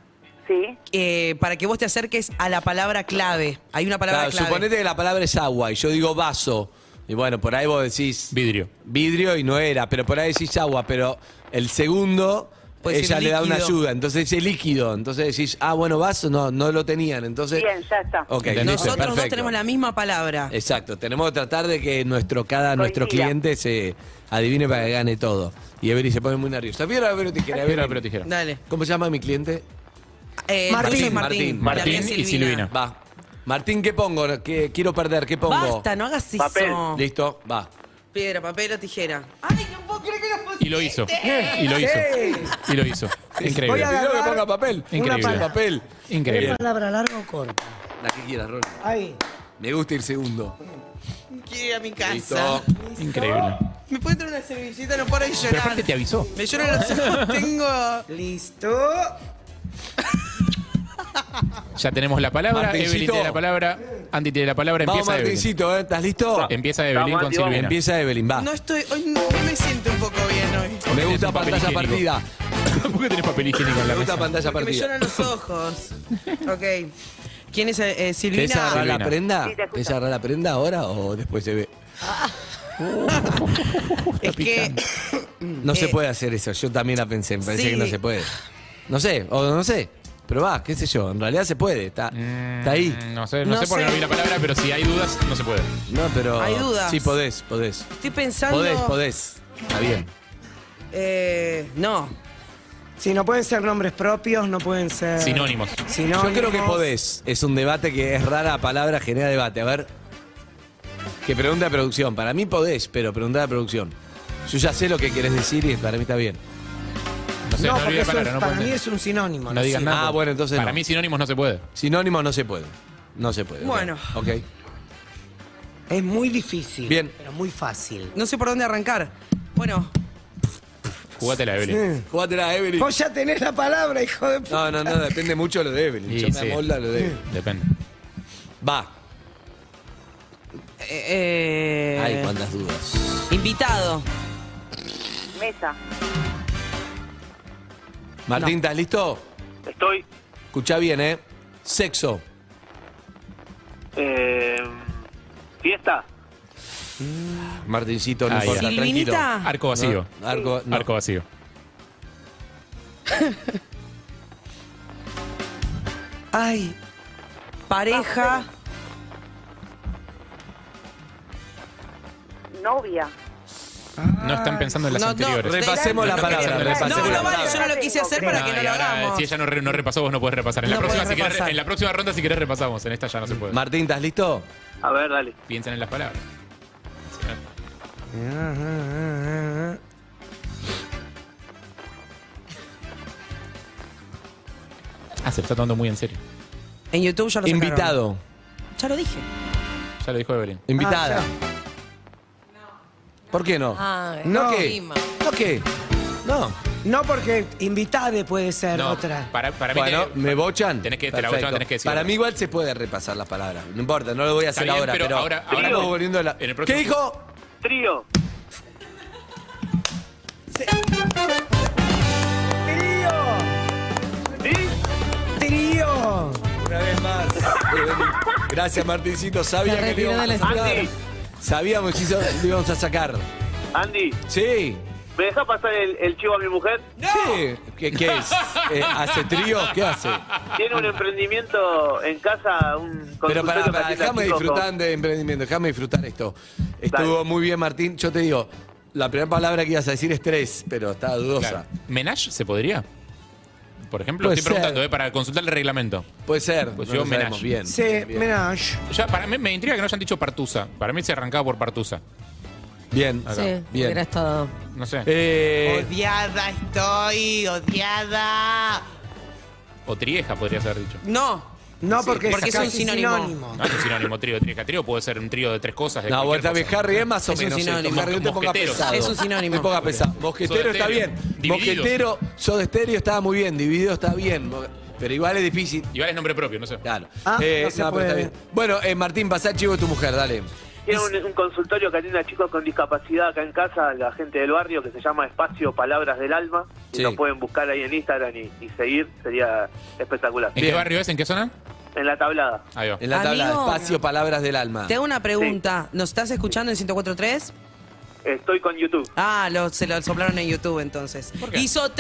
S7: ¿Sí?
S9: eh, para que vos te acerques a la palabra clave. Hay una palabra
S2: Claro,
S9: clave.
S2: suponete que la palabra es agua y yo digo vaso. Y bueno, por ahí vos decís
S3: Vidrio.
S2: vidrio y no era, pero por ahí decís agua, pero el segundo
S9: Puede ser
S2: ella le da una
S9: líquido.
S2: ayuda, entonces es líquido, entonces decís, ah, bueno, vaso, no, no lo tenían, entonces...
S7: Bien, ya está.
S2: Ok,
S3: Entendiste.
S2: listo,
S9: Nosotros
S2: perfecto. Eh,
S9: dos tenemos la misma palabra.
S2: Exacto, tenemos que tratar de que nuestro cada nuestro
S7: Coincida.
S2: cliente se adivine para que gane todo. Y Evelyn se pone muy nerviosa. Piedra, papel o tijera, piedra, papel o
S3: Piedra, papel o
S2: tijera.
S3: tijera.
S9: Dale.
S2: ¿Cómo se llama mi cliente?
S9: Eh,
S4: Martín.
S9: Martín.
S2: Martín.
S9: Martín
S3: Martín y Silvina.
S2: Va. Martín, ¿qué pongo? ¿Qué, quiero perder, ¿qué pongo?
S9: Basta, no hagas eso.
S8: Papel.
S2: Listo, va.
S9: Piedra, papel o tijera. Ay, no puedo creer que lo pusiste.
S3: Y lo hizo. Y lo hizo. Y lo hizo.
S2: Voy
S3: Increíble.
S2: a agarrar que ponga papel.
S3: Increíble.
S2: Una pala- papel.
S3: Increíble.
S4: palabra larga o corta?
S2: La que quieras, Rolly.
S4: Ahí.
S2: Me gusta ir segundo.
S9: Quiero ir a mi casa.
S2: Listo.
S3: Increíble.
S9: ¿Me puede traer una servilleta? No paro de
S3: Pero
S9: llorar.
S3: aparte te avisó.
S9: Me lloran los ojos. Tengo...
S4: Listo.
S3: Ya tenemos la palabra.
S2: Martincito.
S3: Evelyn tiene la palabra. Andy tiene la palabra.
S2: Vamos,
S3: Empieza Evelyn. Em-
S2: Martincito, ¿eh? ¿estás listo?
S3: Empieza Evelyn
S8: Vamos,
S3: con
S8: Andy, vamos.
S3: Silvina.
S2: Empieza Evelyn, va.
S9: No estoy... Hoy no, hoy me siento un poco bien hoy.
S2: Me
S3: Tenés
S2: gusta
S3: un papel
S2: pantalla
S3: higiénico.
S2: partida.
S3: ¿Por qué tenés papel higiénico en
S2: Me
S3: la
S2: gusta
S3: mesa?
S2: pantalla
S9: Porque me
S2: partida.
S9: lloran los ojos. Ok. ¿Quién es eh, eh,
S2: ¿Querés agarrar
S9: Silvina?
S2: la
S3: Silvina.
S2: prenda?
S7: Sí, te escucho.
S2: ¿Querés agarrar la prenda ahora o después se ve?
S9: Es que...
S2: Mm, No se puede hacer eso. Yo también la pensé. Me parece
S9: sí.
S2: que no se puede. No sé, o no sé. Pero va, qué sé yo. En realidad se puede. Está, está ahí. Eh.
S3: Mm, No sé, no,
S9: No
S3: sé por qué
S9: sé.
S3: no vi la palabra, pero si hay dudas, no se puede.
S2: No, pero.
S9: Hay dudas.
S2: Sí, podés, podés.
S9: Estoy pensando...
S2: Podés, podés. Está bien.
S9: Eh, no.
S4: Si no pueden ser nombres propios, no pueden ser.
S3: Sinónimos.
S4: Sinónimos.
S2: Yo creo que podés. Es un debate que es rara palabra, genera debate. A ver. Que pregunta a producción. Para mí podés, pero pregunta a producción. Yo ya sé lo que querés decir y para mí está bien.
S3: No sé,
S4: no,
S3: no, vi
S4: porque
S3: la
S4: eso
S3: palabra,
S4: es-
S3: no
S4: para
S3: pueden-
S4: mí es un sinónimo.
S3: No digan
S4: sé.
S3: nada.
S2: Ah,
S3: porque
S2: bueno, entonces
S3: Para
S2: no.
S3: mí sinónimos no se puede.
S2: Sinónimo no se puede. No se puede. ok.
S9: Bueno.
S2: Ok.
S4: Es muy difícil.
S2: Bien.
S4: Pero muy fácil.
S9: No sé por dónde arrancar. Bueno,
S3: Jugátela,
S4: Mm.
S3: Evelyn.
S2: Jugátela, Evelyn.
S4: Vos ya tenés la palabra, hijo de puta.
S2: No, no, no, depende mucho de lo de Evelyn.
S3: Y
S2: Yo me
S3: sí.
S2: amoldo a lo de Evelyn.
S3: Depende.
S2: Va.
S9: eh,
S2: Ay, cuántas dudas.
S9: invitado.
S7: Mesa.
S2: Martín, ¿estás listo?
S8: Estoy.
S2: Escucha bien, ¿eh? Sexo.
S8: eh, fiesta.
S2: Martincito, no
S3: Ahí,
S2: importa,
S9: ahí.
S2: tranquilo.
S9: Silvinita.
S3: Arco vacío.
S2: No, arco, no.
S3: Arco vacío.
S9: Ay. Pareja.
S7: Novia.
S3: No están pensando en las
S9: Ah. No, no,
S3: anteriores.
S2: Repasemos la
S9: No,
S2: palabra,
S9: quería-
S2: repasemos
S9: No,
S2: la
S9: no vale, yo
S2: palabra.
S9: no lo quise hacer
S7: No,
S9: para que no
S3: y
S9: lo
S3: ahora,
S9: hagamos.
S3: Si ella no, re- no repasó, vos no podés repasar. En,
S9: No
S3: la próxima,
S9: podés
S3: si querés,
S9: repasar.
S3: en la próxima ronda, si querés, repasamos. En esta ya no se puede.
S2: Martín, ¿estás listo?
S8: A ver, dale.
S3: Piensan en las palabras. Ah, se lo está tomando muy en serio.
S9: En YouTube ya lo sacaron.
S2: Invitado.
S9: Ya lo dije.
S2: Ah,
S3: Ya lo dijo Evelyn.
S2: Invitada. ¿Por qué no?
S6: Ah,
S2: ¿No
S4: no.
S2: qué? ¿No qué? No.
S4: No, porque invitade puede ser
S10: No,
S4: otra.
S10: para, para mí
S2: Bueno,
S10: tenés-
S2: me bochan.
S10: Tenés que, te la
S2: Perfecto.
S10: bochan, tenés que decir.
S2: Para mí igual se puede repasar las palabras. No importa, no lo voy a
S10: Está
S2: hacer
S10: bien,
S2: ahora,
S10: pero
S2: pero,
S10: ahora- ahora-
S2: estamos volviendo a la-
S10: en el
S2: ¿Qué
S10: próximo-
S2: dijo?
S8: Trío.
S4: ¡Trío!
S2: Una vez más. Gracias, Martincito. Sabía
S6: Se
S2: que le
S6: retiró
S2: íbamos a
S6: del
S2: sacar.
S8: estudio.
S2: Sabíamos que lo íbamos a sacar.
S8: Andy,
S2: Sí.
S8: ¿me deja pasar el, el chivo a mi mujer?
S2: Sí. ¿Qué, qué es? Eh, ¿Hace trío? ¿Qué hace?
S8: Tiene un emprendimiento en casa, un
S2: Pero para, para,
S8: consultorio que atiende a
S2: déjame
S8: chicos con-
S2: disfrutar de emprendimiento, déjame disfrutar esto. Estuvo
S8: Dale.
S2: muy bien, Martín. Yo te digo, la primera palabra que ibas a decir es tres, pero está dudosa.
S10: Claro. ¿Menage se podría? Por ejemplo,
S2: Puede
S10: estoy preguntando,
S2: ser.
S10: eh, para consultar el reglamento.
S2: Puede ser.
S10: Pues
S2: no
S10: yo
S2: lo sabemos
S10: menage.
S2: bien.
S4: Sí,
S2: bien.
S4: Menage.
S10: Ya, para mí me intriga que no hayan dicho partusa. Para mí se arrancaba por partusa.
S2: Bien,
S6: Sí, hubiera
S2: bien.
S6: estado.
S10: No sé.
S2: Eh,
S9: Odiada estoy, odiada.
S10: o trieja podrías haber dicho.
S9: No.
S4: No, porque,
S9: porque es
S4: casi
S9: un sinónimo.
S10: No es un sinónimo trío, trieja. Trío puede ser un trío de tres cosas. De
S2: no, vos
S10: cualquier
S2: también
S10: cosa.
S2: Harry es más o
S9: Es un
S2: menos. esto.
S9: sinónimo.
S2: Harry, no te pongas
S10: Mosquetero.
S2: pesado.
S9: Es un sinónimo.
S2: No te pongas pesado. Mosquetero
S10: Soda
S2: está
S10: Stereo.
S2: bien.
S10: Divididos.
S2: Mosquetero, Soda Stereo estaba muy bien. Dividido está bien. Mo- Pero igual es difícil.
S10: Igual es nombre propio, no sé.
S2: Claro. Eh,
S4: Ah, no se
S2: pero está
S4: puede.
S2: bien. Bueno, eh, Martín, pasá chivo de tu mujer, dale.
S8: Tiene un, un consultorio que atiende a chicos con discapacidad acá en casa, la gente del barrio, que se llama Espacio Palabras del Alma. Y
S2: Sí.
S8: lo pueden buscar ahí en Instagram y, y seguir, sería espectacular.
S10: ¿En qué barrio es? ¿En qué zona?
S8: En la tablada.
S10: Ahí va.
S2: En la tabla
S9: Amigo.
S2: espacio, palabras del alma.
S9: Te hago una pregunta. ¿Nos estás escuchando en 104.3?
S8: Estoy con YouTube.
S9: Ah, lo- se lo soplaron en YouTube entonces.
S10: qué?
S9: ¡Hizo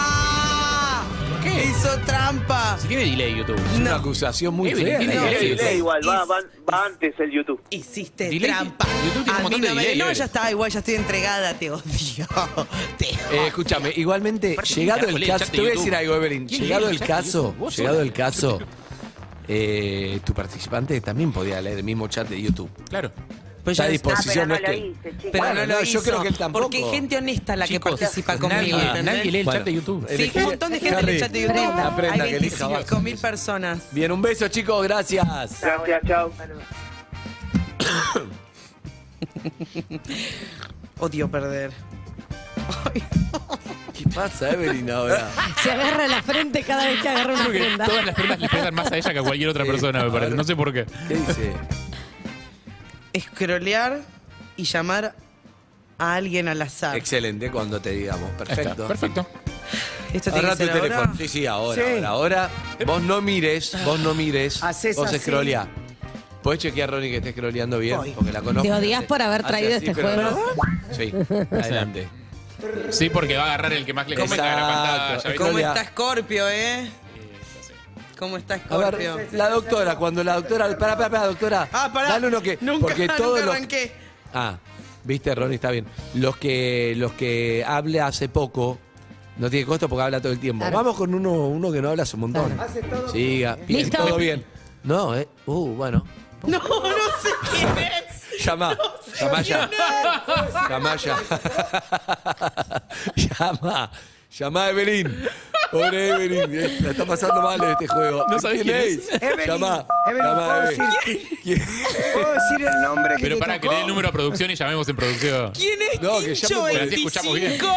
S9: trampa!
S10: qué?
S9: ¡Hizo trampa!
S10: Si tiene delay YouTube.
S2: Es una acusación muy
S10: Evelyn,
S2: fea.
S10: tiene
S2: la
S9: No.
S2: que
S10: delay.
S2: hace.
S8: Eh, igual, va,
S9: Y-
S8: va- va antes el YouTube.
S9: Hiciste
S10: Delay.
S9: trampa.
S10: YouTube tiene un
S9: A
S10: montón
S9: mí
S10: de
S9: no, me-
S10: delay,
S9: no,
S10: Evelyn.
S9: ya está, igual ya estoy entregada, te odio. Te
S2: Eh,
S9: odio.
S2: escúchame, igualmente,
S10: Aparte,
S2: llegado
S10: carajo,
S2: el
S10: lee el
S2: caso,
S10: chat de
S2: te voy a
S10: YouTube.
S2: decir algo, Evelyn,
S10: ¿Quién lee
S2: llegado
S10: el
S2: el
S10: chat de
S2: caso,
S10: YouTube? Vos
S2: llegado
S10: sola.
S2: el caso, eh, tu participante también podía leer el mismo chat de YouTube.
S10: Claro.
S9: Pero
S2: Está a
S9: Pues ya-
S2: disposición
S7: Ah,
S2: nuestra.
S7: pero no lo hice, chicos.
S9: Pero
S2: Bueno,
S9: no lo
S2: no, yo
S9: hizo,
S2: creo que él tampoco.
S9: Porque hay gente honesta la que
S10: Chicos,
S9: participa
S10: nadie-
S9: conmigo.
S10: nadie
S9: ¿entendés?
S10: lee el chat de YouTube.
S9: Sí, hay un montón de gente en el chat de YouTube.
S2: Aprenda, aprenda,
S9: hay
S2: que elija abajo.
S9: 25 mil personas.
S2: Bien, un beso, chicos, gracias.
S8: Gracias, chao.
S9: Odio perder.
S2: ¿Qué pasa, Evelyn, ahora?
S6: Se agarra la frente cada vez que agarra una
S10: Creo que
S6: prenda.
S10: todas las prendas le pesan más a ella que a cualquier otra
S2: Sí.
S10: persona, me parece. No sé por qué.
S2: ¿Qué dice?
S9: Escrolear y llamar a alguien al azar.
S2: Excelente, cuando te digamos.
S10: Ahí está.
S2: Perfecto.
S10: Perfecto.
S9: Esto tiene
S2: Agarra
S9: que
S2: tu
S9: ser ahora.
S2: teléfono. Sí, sí, ahora,
S4: Sí.
S2: ahora, ahora. Vos no mires, vos no mires.
S9: Ah,
S4: Hacés
S2: vos
S4: así.
S2: escroleá. ¿Podés chequear, Ronnie, que esté scrolleando bien?
S4: Voy.
S2: Porque la conozco.
S6: ¿Te odias por haber
S2: Hace
S6: traído
S2: así,
S6: este
S2: pero
S6: juego?
S2: no. Sí, adelante.
S10: Sí, porque va a agarrar el que más le comenta la pantalla.
S2: Exacto.
S10: ¿viste?
S9: ¿Cómo
S2: Escrolear.
S9: está Scorpio, eh? ¿Cómo está
S2: A
S9: Scorpio?
S2: ver, la doctora, cuando la doctora. Pará, pará, pará, doctora.
S9: Ah, pará.
S2: Dale uno que.
S9: Nunca,
S2: porque todo
S9: nunca
S2: lo-
S9: arranqué.
S2: Ah, viste, Ronnie, está bien. Los que, los que habla hace poco. No tiene costo porque habla todo el tiempo.
S6: Claro.
S2: Vamos con uno, uno que no habla hace un montón.
S6: Claro.
S2: Hace todo Siga, bien,
S6: ¿Listo?
S2: todo bien. No, eh. Uh, bueno.
S9: No, no sé quién es.
S2: Llama, llama ya. Llama ya. Llama, llama a Evelyn. Pobre Evelyn, eh, la está pasando mal en este juego.
S10: No sabés quién es.
S4: Evelyn,
S2: Llama,
S4: Evelyn,
S2: llama
S4: ¿puedo
S2: a Evelyn. ¿Quién?
S4: ¿Puedo decir el nombre que
S10: Pero
S4: te
S10: para que
S4: tocó?
S10: le dé el número a producción y llamemos en producción.
S9: ¿Quién es
S2: No, que
S9: Tincho
S2: llame por-
S10: Pero así escuchamos bien.
S9: 25?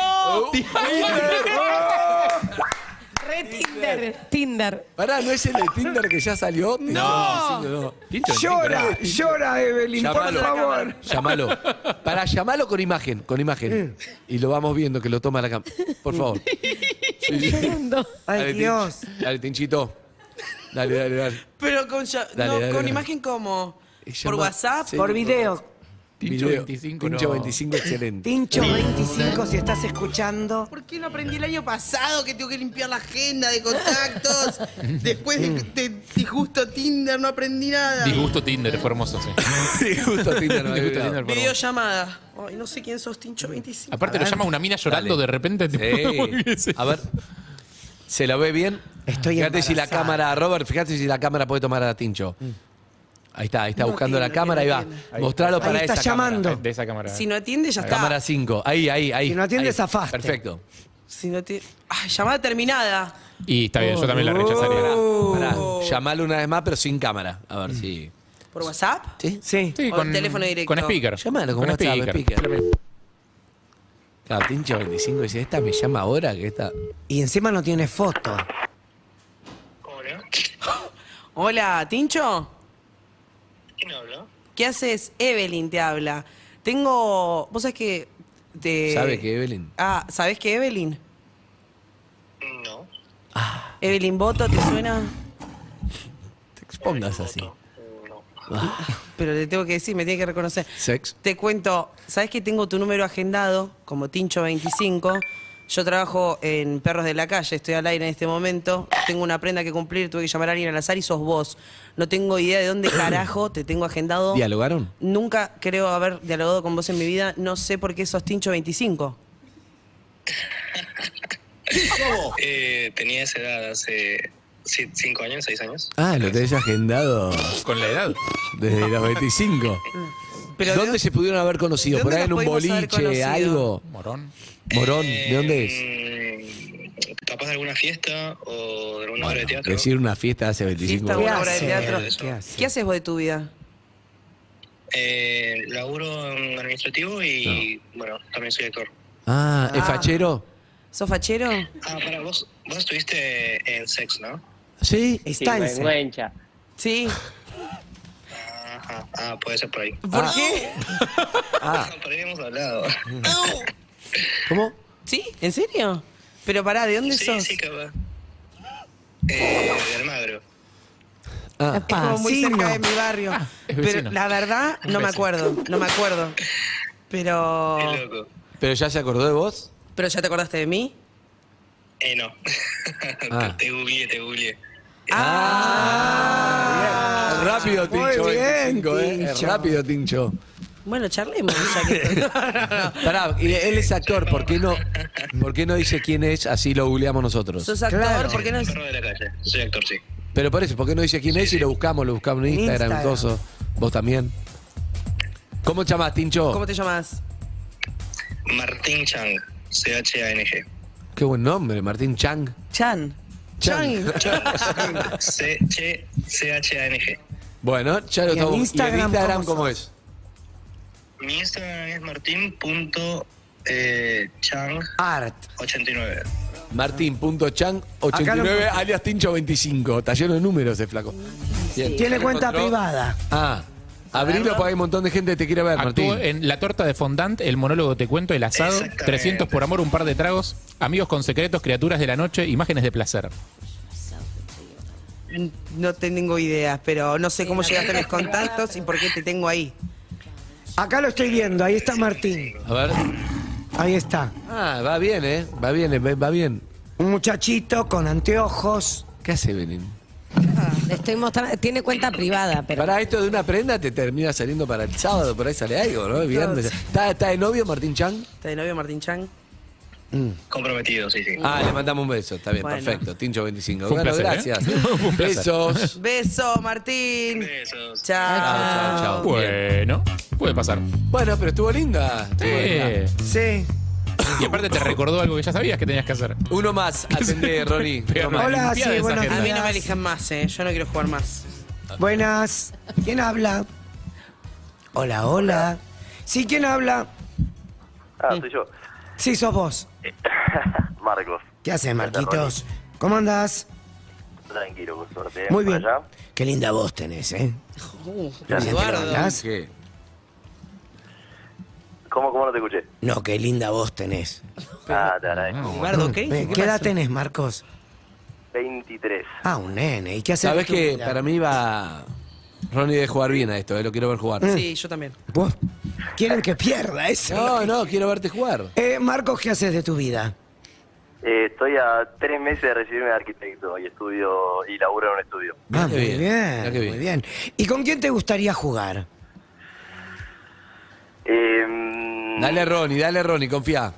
S6: Re Tinder. Tinder.
S2: Pará, ¿no es el de Tinder que ya salió? Te
S10: No.
S2: estoy diciendo,
S10: Tincho,
S4: Llora, llora, Evelyn, por
S2: Llámalo.
S4: favor.
S2: no. Llámalo. Para llamarlo con imagen, con imagen.
S4: Eh.
S2: Y lo vamos viendo, que lo toma la cámara. Por favor.
S6: Llorando.
S2: Dale,
S4: Ay,
S2: Tinch.
S4: Dios.
S2: Dale, Tinchito. Dale, dale, dale.
S9: Pero con, ya-
S2: Dale,
S9: no,
S2: dale,
S9: con
S2: dale.
S9: imagen como. ¿Por
S2: Llama-
S9: WhatsApp?
S2: Sí.
S4: Por video.
S10: Tincho
S2: Video.
S10: 25,
S2: Tincho
S10: no.
S2: 25, excelente.
S4: Tincho 25, si estás escuchando.
S9: ¿Por qué no aprendí el año pasado que tengo que limpiar la agenda de contactos? Después de, de- de justo Tinder no aprendí nada.
S10: Disgusto Tinder, fue hermoso, sí.
S2: Disgusto Tinder, eh, no,
S10: Disgusto Tinder, fue hermoso.
S9: Videollamada. Ay, no sé quién sos, Tincho 25.
S10: Aparte lo llama una mina llorando
S2: Dale.
S10: de repente. tipo, ¿qué es
S2: Sí.
S10: eso?
S2: A ver. ¿Se la ve bien?
S4: Estoy
S2: Fíjate si la
S4: embarazada.
S2: cámara, Robert, fíjate si la cámara puede tomar a Tincho. Ahí está, ahí está
S9: No
S2: buscando
S9: tiene,
S2: la cámara, Mm. ahí
S9: tiene,
S2: va.
S9: tiene.
S2: Mostralo
S4: Ahí
S2: para
S4: está
S2: esa
S4: llamando.
S2: cámara.
S10: De esa cámara.
S9: Si no atiende, ya está.
S2: Cámara 5. Ahí, ahí, ahí.
S4: Si no atiende,
S2: Ahí.
S4: zafaste.
S2: Perfecto.
S9: Si no atiende. Ay, llamada terminada.
S2: Uh,
S9: Uh,
S10: Y está bien, yo también la
S2: Pará,
S4: Uh.
S10: rechazaría.
S2: Mm. pará. Llamalo una vez más, pero sin cámara. A ver si.
S9: ¿Por WhatsApp?
S2: ¿Sí?
S4: Sí.
S3: Sí,
S9: O el teléfono directo.
S3: Con speaker.
S2: Llámalo con WhatsApp, speaker. Claro, Tincho 25 dice, esta me llama ahora que esta...
S4: Y encima no tiene foto.
S9: Hola, Tincho. ¿Quién habla? ¿Qué haces? Evelyn te habla. Tengo. ¿Vos sabés que.?
S4: Eh.
S9: Te...
S2: ¿Sabe que Evelyn?
S9: Ah, ¿sabés que Evelyn? No. Evelyn Boto, ¿te suena?
S2: Te expongas así.
S9: Pero le tengo que decir, me tiene que reconocer.
S2: Sex.
S9: Te cuento, ¿sabes que tengo tu número agendado como Tincho25? Yo trabajo en Perros de la Calle, estoy al aire en este momento, tengo una prenda que cumplir, tuve que llamar a alguien al azar y sos vos. No tengo idea de dónde carajo te tengo agendado.
S2: ¿Dialogaron?
S9: Nunca creo haber dialogado con vos en mi vida, no sé por qué sos Tincho25.
S8: Eh, tenía esa edad hace 5 años, 6 años.
S2: Ah, lo tenés agendado
S3: Con la edad.
S2: desde los 25.
S9: Pero
S2: ¿Dónde se pudieron haber conocido?
S9: ¿de
S2: ¿Por
S9: dónde
S2: ahí en
S9: nos
S2: un
S9: pudimos haber
S2: boliche,
S9: conocido?
S2: algo?
S3: Morón.
S2: Morón, ¿de dónde es?
S8: Eh, Mm, capaz de alguna fiesta o de alguna obra de teatro.
S2: Decir una fiesta hace 25
S9: Fiesta,
S4: ¿Qué
S9: una
S2: años.
S9: obra de
S4: hace?
S9: teatro.
S4: ¿Qué hace?
S9: ¿Qué haces vos de tu vida?
S8: Eh, laburo en administrativo y bueno, también soy actor.
S2: Ah, ¿es
S9: Ah.
S2: fachero?
S9: ¿Sos fachero?
S8: Ah, para vos, vos estuviste en sex, ¿no?
S2: Sí.
S4: Está en serio.
S9: Sí.
S8: Ajá, ah, puede ser por ahí.
S9: ¿Por qué?
S2: Ah,
S8: Por ahí hemos hablado.
S2: ¿cómo?
S9: ¿Sí? ¿En serio? Pero pará, ¿de dónde
S8: Sí,
S9: sos?
S8: sí, capaz. Eh, de Almagro.
S2: Ah,
S9: Es como muy
S4: Vecino.
S9: cerca de mi barrio.
S3: Ah, es
S9: pero
S3: vecino.
S9: la verdad, no me acuerdo. No me acuerdo. Pero.
S8: Qué loco.
S2: ¿pero ya se acordó de vos?
S9: ¿Pero ya te acordaste de mí?
S8: Eh, no.
S2: Ah.
S8: te googleé, te googleé.
S2: Ah, rápido,
S4: muy
S2: Tincho.
S4: bien,
S2: 25, eh.
S4: Tincho.
S2: Rápido, Tincho.
S9: Bueno, charlemos ya que estoy.
S2: Pará, y él es actor, ¿por qué no, por qué no dice quién es? Así lo googleamos nosotros.
S9: Sos actor,
S4: Claro.
S9: ¿por qué no?
S8: Perro de la calle. Soy actor, sí.
S2: Pero por eso, ¿por qué no dice quién es y lo buscamos? Lo buscamos en
S4: En
S2: Instagram,
S4: Instagram.
S2: coso. Vos también. ¿Cómo te llamás, Tincho?
S9: ¿Cómo te llamas?
S8: Martín Chang. C-H-A-N-G.
S2: Qué buen nombre, Martín Chang.
S9: Chan.
S2: Chang.
S8: C- C-H-A-N-G.
S2: Bueno, ya lo
S4: ¿Y en
S2: estamos. ¿Y en
S4: Instagram
S2: Instagram
S4: cómo
S2: cómo es?
S8: Mi Instagram es eh, martin.chang89.
S4: Art. Acá lo
S2: Martín.chang89
S4: encontré.
S2: alias Tincho25. Está lleno de números, ese flaco. Bien.
S4: Tiene cuenta
S2: Encontró-
S4: privada.
S2: Ah, abrilo porque hay un montón de gente que te quiere ver,
S3: Actuó
S2: Martín.
S3: en La Torta de Fondant, El Monólogo Te Cuento, El Asado,
S8: Exactamente.
S3: 300 por Amor, Un Par de Tragos, Amigos con Secretos, Criaturas de la Noche, Imágenes de Placer.
S9: No tengo idea, pero no sé cómo llegaste a mis contactos y por qué te tengo ahí.
S4: Acá lo estoy viendo, ahí está Martín.
S2: A ver.
S4: Ahí está.
S2: Ah, va bien, ¿eh? Va bien, eh, va bien.
S4: Un muchachito con anteojos.
S2: ¿Qué hace Benin?
S6: Le estoy mostrando, tiene cuenta privada, pero
S2: Para esto de una prenda te termina saliendo para el sábado, por ahí sale algo, ¿no? El viernes. ¿Está, está de novio Martín Chang?
S9: ¿Estás de novio, Martín Chan?
S8: Comprometido, sí, sí.
S2: Ah, le mandamos un beso, está bien,
S9: Bueno.
S2: perfecto. Tincho 25.
S3: Fue un
S2: Bueno,
S3: placer, ¿eh?
S2: gracias.
S3: Fue un placer.
S2: Besos.
S9: Beso, Martín.
S8: Besos.
S9: Chao.
S3: Ah,
S2: Chao, chao.
S3: Bueno, puede pasar.
S2: Bueno, pero estuvo linda. estuvo linda.
S3: Eh,
S4: Sí.
S3: Y aparte te recordó algo que ya sabías que tenías que hacer.
S2: Uno más, atendé, Ronnie.
S3: Pero
S2: Uno más.
S4: Hola,
S3: limpiada
S4: sí,
S3: esa
S4: buenos
S3: agenda.
S9: A mí no me elijan más, ¿eh? Yo no quiero jugar más.
S4: Buenas. ¿Quién habla? Hola, hola. Sí, ¿quién habla?
S11: Ah, soy yo.
S4: Sí, sos vos.
S11: Marcos.
S4: ¿Qué haces, Marquitos? ¿Cómo andás?
S11: Tranquilo, por suerte. ¿eh?
S4: Muy bien.
S11: Por allá.
S4: Qué linda voz tenés, ¿eh? Gracias, ¿te lo
S9: Eduardo.
S4: bancás?
S2: ¿Qué?
S11: ¿Cómo, cómo no te escuché?
S4: No, qué linda voz tenés.
S11: Ah, te agradezco.
S9: Eduardo, ¿qué?
S4: Eh, ¿Qué edad tenés, Marcos?
S11: 23.
S4: Ah, un nene. ¿Y qué haces?
S2: Sabes
S4: de tu
S2: que
S4: vida?
S2: para mí va. Ronnie de jugar bien a esto, eh, lo quiero ver jugar.
S9: Sí, yo también.
S4: Vos quieren que pierda eso.
S2: No, no, quiero verte jugar.
S4: Eh, Marcos, ¿qué haces de tu vida?
S8: Eh, estoy a tres meses de recibirme de arquitecto y estudio y laburo en un estudio.
S2: Mirá
S4: Ah,
S2: qué
S4: muy
S2: bien,
S4: bien,
S2: mirá qué
S4: muy
S2: bien.
S4: bien. ¿Y con quién te gustaría jugar?
S8: Eh,
S2: Dale a Ronnie, dale a Ronnie, confía.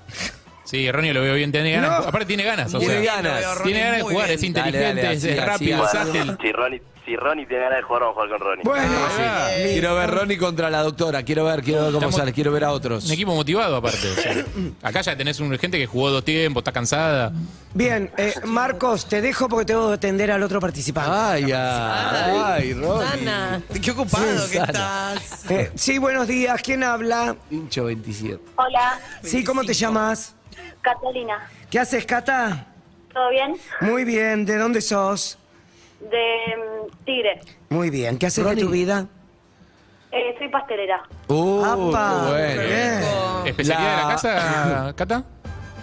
S3: Sí, Ronnie lo veo bien, tiene ganas. Aparte tiene ganas, o
S2: Tiene
S3: sea,
S2: ganas.
S3: Tiene ganas de jugar, es
S2: Dale,
S3: inteligente,
S2: dale,
S3: es
S2: así,
S3: rápido,
S2: así.
S3: es ágil.
S8: si Ronnie si Ronnie tiene ganas de jugar, vamos a jugar con Ronnie.
S2: Bueno, Ah, Quiero ver Ronnie contra la doctora, quiero ver, quiero ver cómo
S3: Estamos-
S2: sale, quiero ver a otros.
S3: Un equipo motivado aparte. o sea. acá ya tenés un gente que jugó dos tiempos, está cansada.
S4: Bien, eh, Marcos, te dejo porque tengo que atender al otro participante.
S2: Ay,
S3: Ah,
S2: ay, Ronnie.
S6: Sana.
S4: Qué
S2: ocupado que
S4: estás. Eh, sí, buenos días. ¿Quién habla?
S2: Pincho 27.
S7: Hola,
S4: Sí, ¿cómo te llamas?
S7: Catalina.
S4: ¿Qué haces, Cata?
S7: ¿Todo bien?
S4: Muy bien, ¿de dónde sos?
S7: De mm, Tigre.
S4: Muy bien, ¿qué haces de tu vida?
S7: Eh, soy pastelera.
S2: Uh,
S4: Apa,
S3: qué bueno.
S2: Eh.
S4: bien.
S3: ¿Especialidad de la casa, Cata?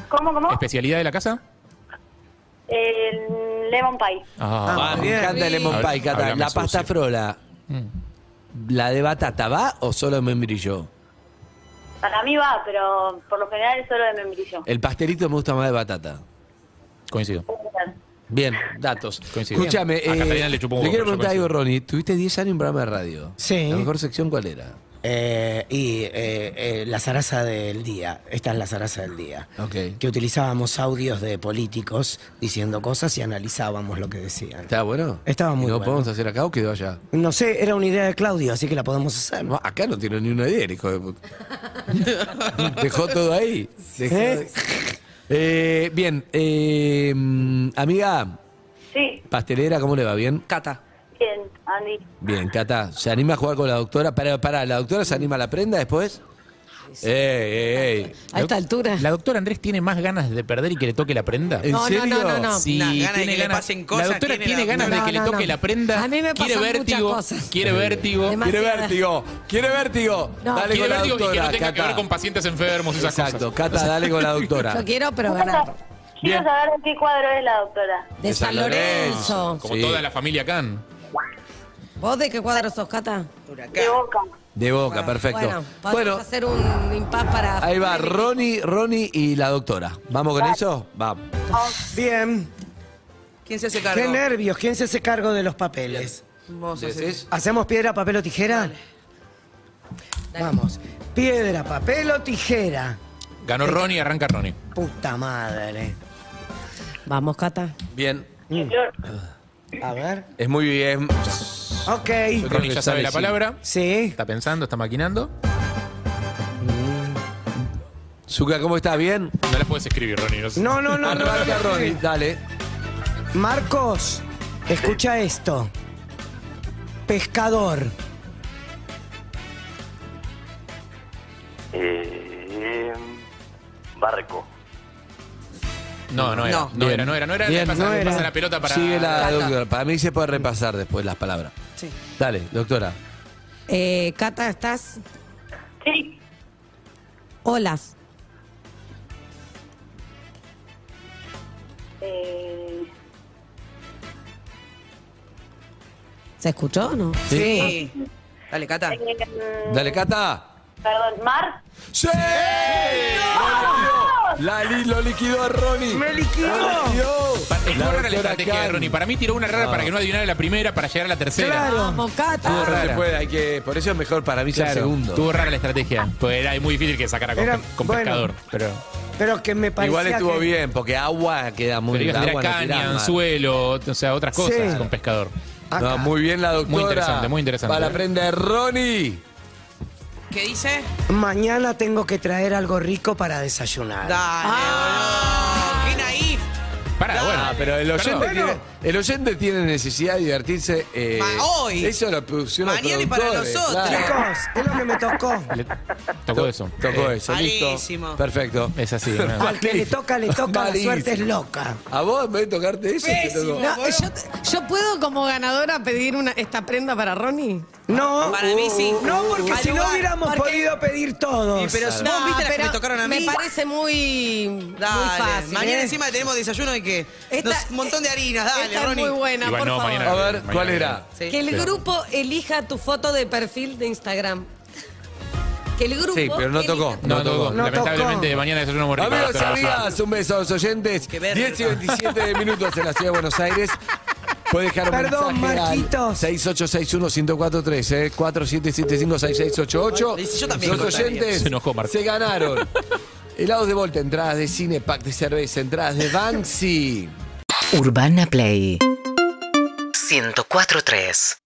S7: ¿Cómo, cómo?
S3: ¿Especialidad de la casa?
S7: El lemon pie.
S2: Ah, me encanta el lemon pie, Cata.
S3: Hablame
S2: La pasta
S3: sucio.
S2: frola.
S3: Mm.
S2: ¿La de batata va o solo de membrillo?
S7: Para mí va, pero por lo general es solo de membrillo.
S2: El pastelito me gusta más de batata.
S3: Coincido.
S2: Bien, datos.
S3: Coincido.
S2: Escúchame, eh,
S3: A Catalina le
S2: le
S3: chupa un huevo,
S2: quiero
S3: pero yo
S2: preguntar algo, Ronnie. Tuviste 10 años en programa de radio.
S4: Sí.
S2: ¿La mejor sección cuál era?
S4: Eh, y eh, eh, la zaraza del día. Esta es la zaraza del día.
S2: Ok.
S4: Que utilizábamos audios de políticos diciendo cosas y analizábamos lo que decían.
S2: ¿Estaba bueno?
S4: Estaba muy
S2: ¿Lo
S4: bueno.
S2: podemos hacer acá o quedó allá?
S4: No sé, era una idea de Claudio, así que la podemos hacer.
S2: Acá no tiene ni una idea, el hijo de puta. Dejó todo ahí. Dejó-
S4: ¿Eh?
S2: Eh, bien, eh, mm, amiga
S7: Sí,
S2: pastelera, ¿cómo le va? ¿Bien?
S9: Cata.
S7: bien, Andy.
S2: Bien, Cata, ¿se anima a jugar con la doctora? Para, para, ¿la doctora se anima a la prenda después? ¡Ey, ey, ey!
S6: A esta altura.
S3: La doctora Andrés tiene más ganas de perder y que le toque la prenda.
S2: ¿En
S6: No, no,
S2: serio?
S6: no, no, no.
S3: Sí,
S12: Unas ganas de
S3: tiene
S12: que le
S3: ganas-
S12: pasen cosas
S3: La doctora
S12: tiene
S3: tiene
S12: la
S3: ganas de
S6: doctora.
S3: que le
S6: No, no,
S3: toque
S6: no.
S3: la prenda.
S6: A mí me
S3: quiere
S6: pasan muchas
S3: vértigo.
S6: cosas.
S3: Quiere vértigo.
S2: Quiere
S6: Demasiada.
S2: vértigo, quiere vértigo.
S6: No.
S2: Dale
S3: Quiere
S2: con la
S3: vértigo y que
S2: doctora,
S3: no tenga que
S2: Cata.
S3: ver con pacientes enfermos y esas
S2: Exacto,
S3: cosas.
S2: Cata, dale con la doctora.
S6: Yo quiero, pero ganar.
S7: Quiero
S2: Bien.
S7: saber de qué cuadro es la doctora.
S6: De San Lorenzo.
S3: Como
S2: Sí.
S3: toda la familia Can.
S6: ¿Vos de qué cuadro sos, Cata?
S7: De boca.
S2: De boca, perfecto.
S6: Bueno, podemos
S2: Bueno,
S6: hacer un impas para...
S2: ahí va Ronnie, Ronnie y la doctora. ¿Vamos con eso? Vamos.
S4: Bien.
S9: ¿Quién se hace
S4: Qué
S9: cargo?
S4: nervios, ¿quién se hace cargo de los papeles?
S9: Vos hacés.
S4: ¿Hacemos piedra, papel o tijera? Vamos. Piedra, papel o tijera.
S3: Ganó Ronnie, arranca Ronnie.
S4: Puta madre.
S6: Vamos, Cata.
S2: Bien.
S4: A ver.
S2: Es muy bien.
S4: Ok.
S3: Ronnie ya sabe la palabra.
S4: Sí.
S3: Está pensando, está maquinando.
S2: Zuka, ¿cómo estás? ¿Bien?
S3: No la puedes escribir, Ronnie. No, sé.
S4: No, no, no, no.
S2: Arranca,
S4: no, no.
S2: Ronnie. Dale.
S4: Marcos, escucha esto. Pescador.
S8: Eh, barco.
S3: no, no era. No,
S9: No.
S3: era, no era. No era.
S2: Bien,
S3: le pasa,
S2: no
S3: le
S2: era.
S3: pasa la pelota para.
S2: Sigue la
S9: Cata.
S2: doctora. Para mí se puede repasar después las palabras.
S9: Sí.
S2: Dale, doctora.
S6: Eh, Cata, ¿estás?
S7: Sí,
S6: Olas.
S7: eh,
S6: ¿Se escuchó o no?
S9: Sí. Dale, Cata.
S7: eh,
S2: Dale, Cata.
S7: perdón, Mar.
S2: ¡Sí! ¡Lo liquidó! Lali lo liquidó a Ronnie.
S4: ¡Me liquidó!
S2: ¡Lo liquidó!
S3: Es muy rara la
S2: doctora
S3: estrategia de
S2: Can.
S3: Ronnie. Para mí tiró una rara para que no adivinara la primera para llegar a la tercera.
S6: Vamos,
S2: Ah, No,
S6: Cata.
S2: no se
S3: Rara.
S2: puede, hay que. Por eso es mejor para mí ser
S3: Claro,
S2: segundo.
S3: Estuvo rara la estrategia. Pues era muy difícil que sacara con,
S4: Era-
S3: con
S4: bueno.
S3: pescador. Pero,
S4: Pero que me parecía
S2: Igual estuvo
S4: que-
S2: bien, porque agua queda muy
S3: pero ibas a
S2: bien.
S3: tirar caña, anzuelo, o sea, otras
S4: Sí.
S3: cosas con pescador.
S4: Acá.
S2: muy bien la doctora.
S3: Muy interesante, muy interesante. eh.
S2: Para aprender, Ronnie.
S9: ¿Qué dice?
S4: Mañana tengo que traer algo rico para desayunar.
S9: Dale,
S6: Ah.
S9: boludo. ¡Qué naif!
S3: Pará, bueno.
S2: Ah, pero el oyente,
S3: Perdón.
S2: tiene, el oyente tiene necesidad de divertirse. eh,
S9: Ma- hoy.
S2: Eso lo producción
S9: Mañana y para nosotros.
S4: Chicos, es lo que me tocó.
S3: Le- Tocó eso. Eh,
S2: Tocó eso, listo.
S9: malísimo.
S2: Perfecto.
S3: Es así. ¿no?
S4: Al que Eh, le toca, le toca. La
S2: Malísimo.
S4: suerte es loca.
S2: A vos, en vez de tocarte eso, te tocó.
S6: No, yo, yo puedo como ganadora pedir una, esta prenda para Ronnie.
S4: No.
S9: Para mí sí.
S4: No, porque
S9: Al
S4: si no
S9: lugar,
S4: hubiéramos
S6: porque-
S4: podido pedir todos.
S9: Y pero si vos
S6: No,
S9: viste las que
S6: pero
S9: me tocaron a mí.
S6: Me parece muy, muy
S9: Dale,
S6: fácil.
S9: mañana
S6: ¿eh?
S9: encima tenemos desayuno y qué.
S6: Esta-
S9: Nos- un montón de harinas, dale,
S6: Esta
S9: Ronnie.
S6: es muy buena,
S3: Igual
S6: por
S3: no,
S6: favor.
S3: mañana-
S2: A ver,
S3: Mañana
S2: ¿cuál
S3: viene.
S2: era?
S9: Sí.
S6: Que el grupo elija tu foto de perfil de Instagram. Que el grupo.
S2: Sí, pero no tocó.
S6: elija-
S3: No,
S2: No
S3: tocó.
S2: tocó.
S4: No
S3: Lamentablemente,
S4: tocó.
S3: mañana desayuno morir.
S2: Amigos y amigas, un beso a los oyentes.
S9: Qué verga.
S2: 10 y 27 minutos en la ciudad de Buenos Aires. Puede dejar un
S4: Perdón,
S2: mensaje al
S4: Marquitos.
S2: 6861-1043, eh, 4775-6688.
S9: Dice, yo también
S2: Los
S9: cortaría.
S2: oyentes
S3: Se enojó, Marco.
S2: se ganaron. Helados de Volta, entradas de cine, pack de cerveza, entradas de Banksy.
S1: Urbana Play 1043.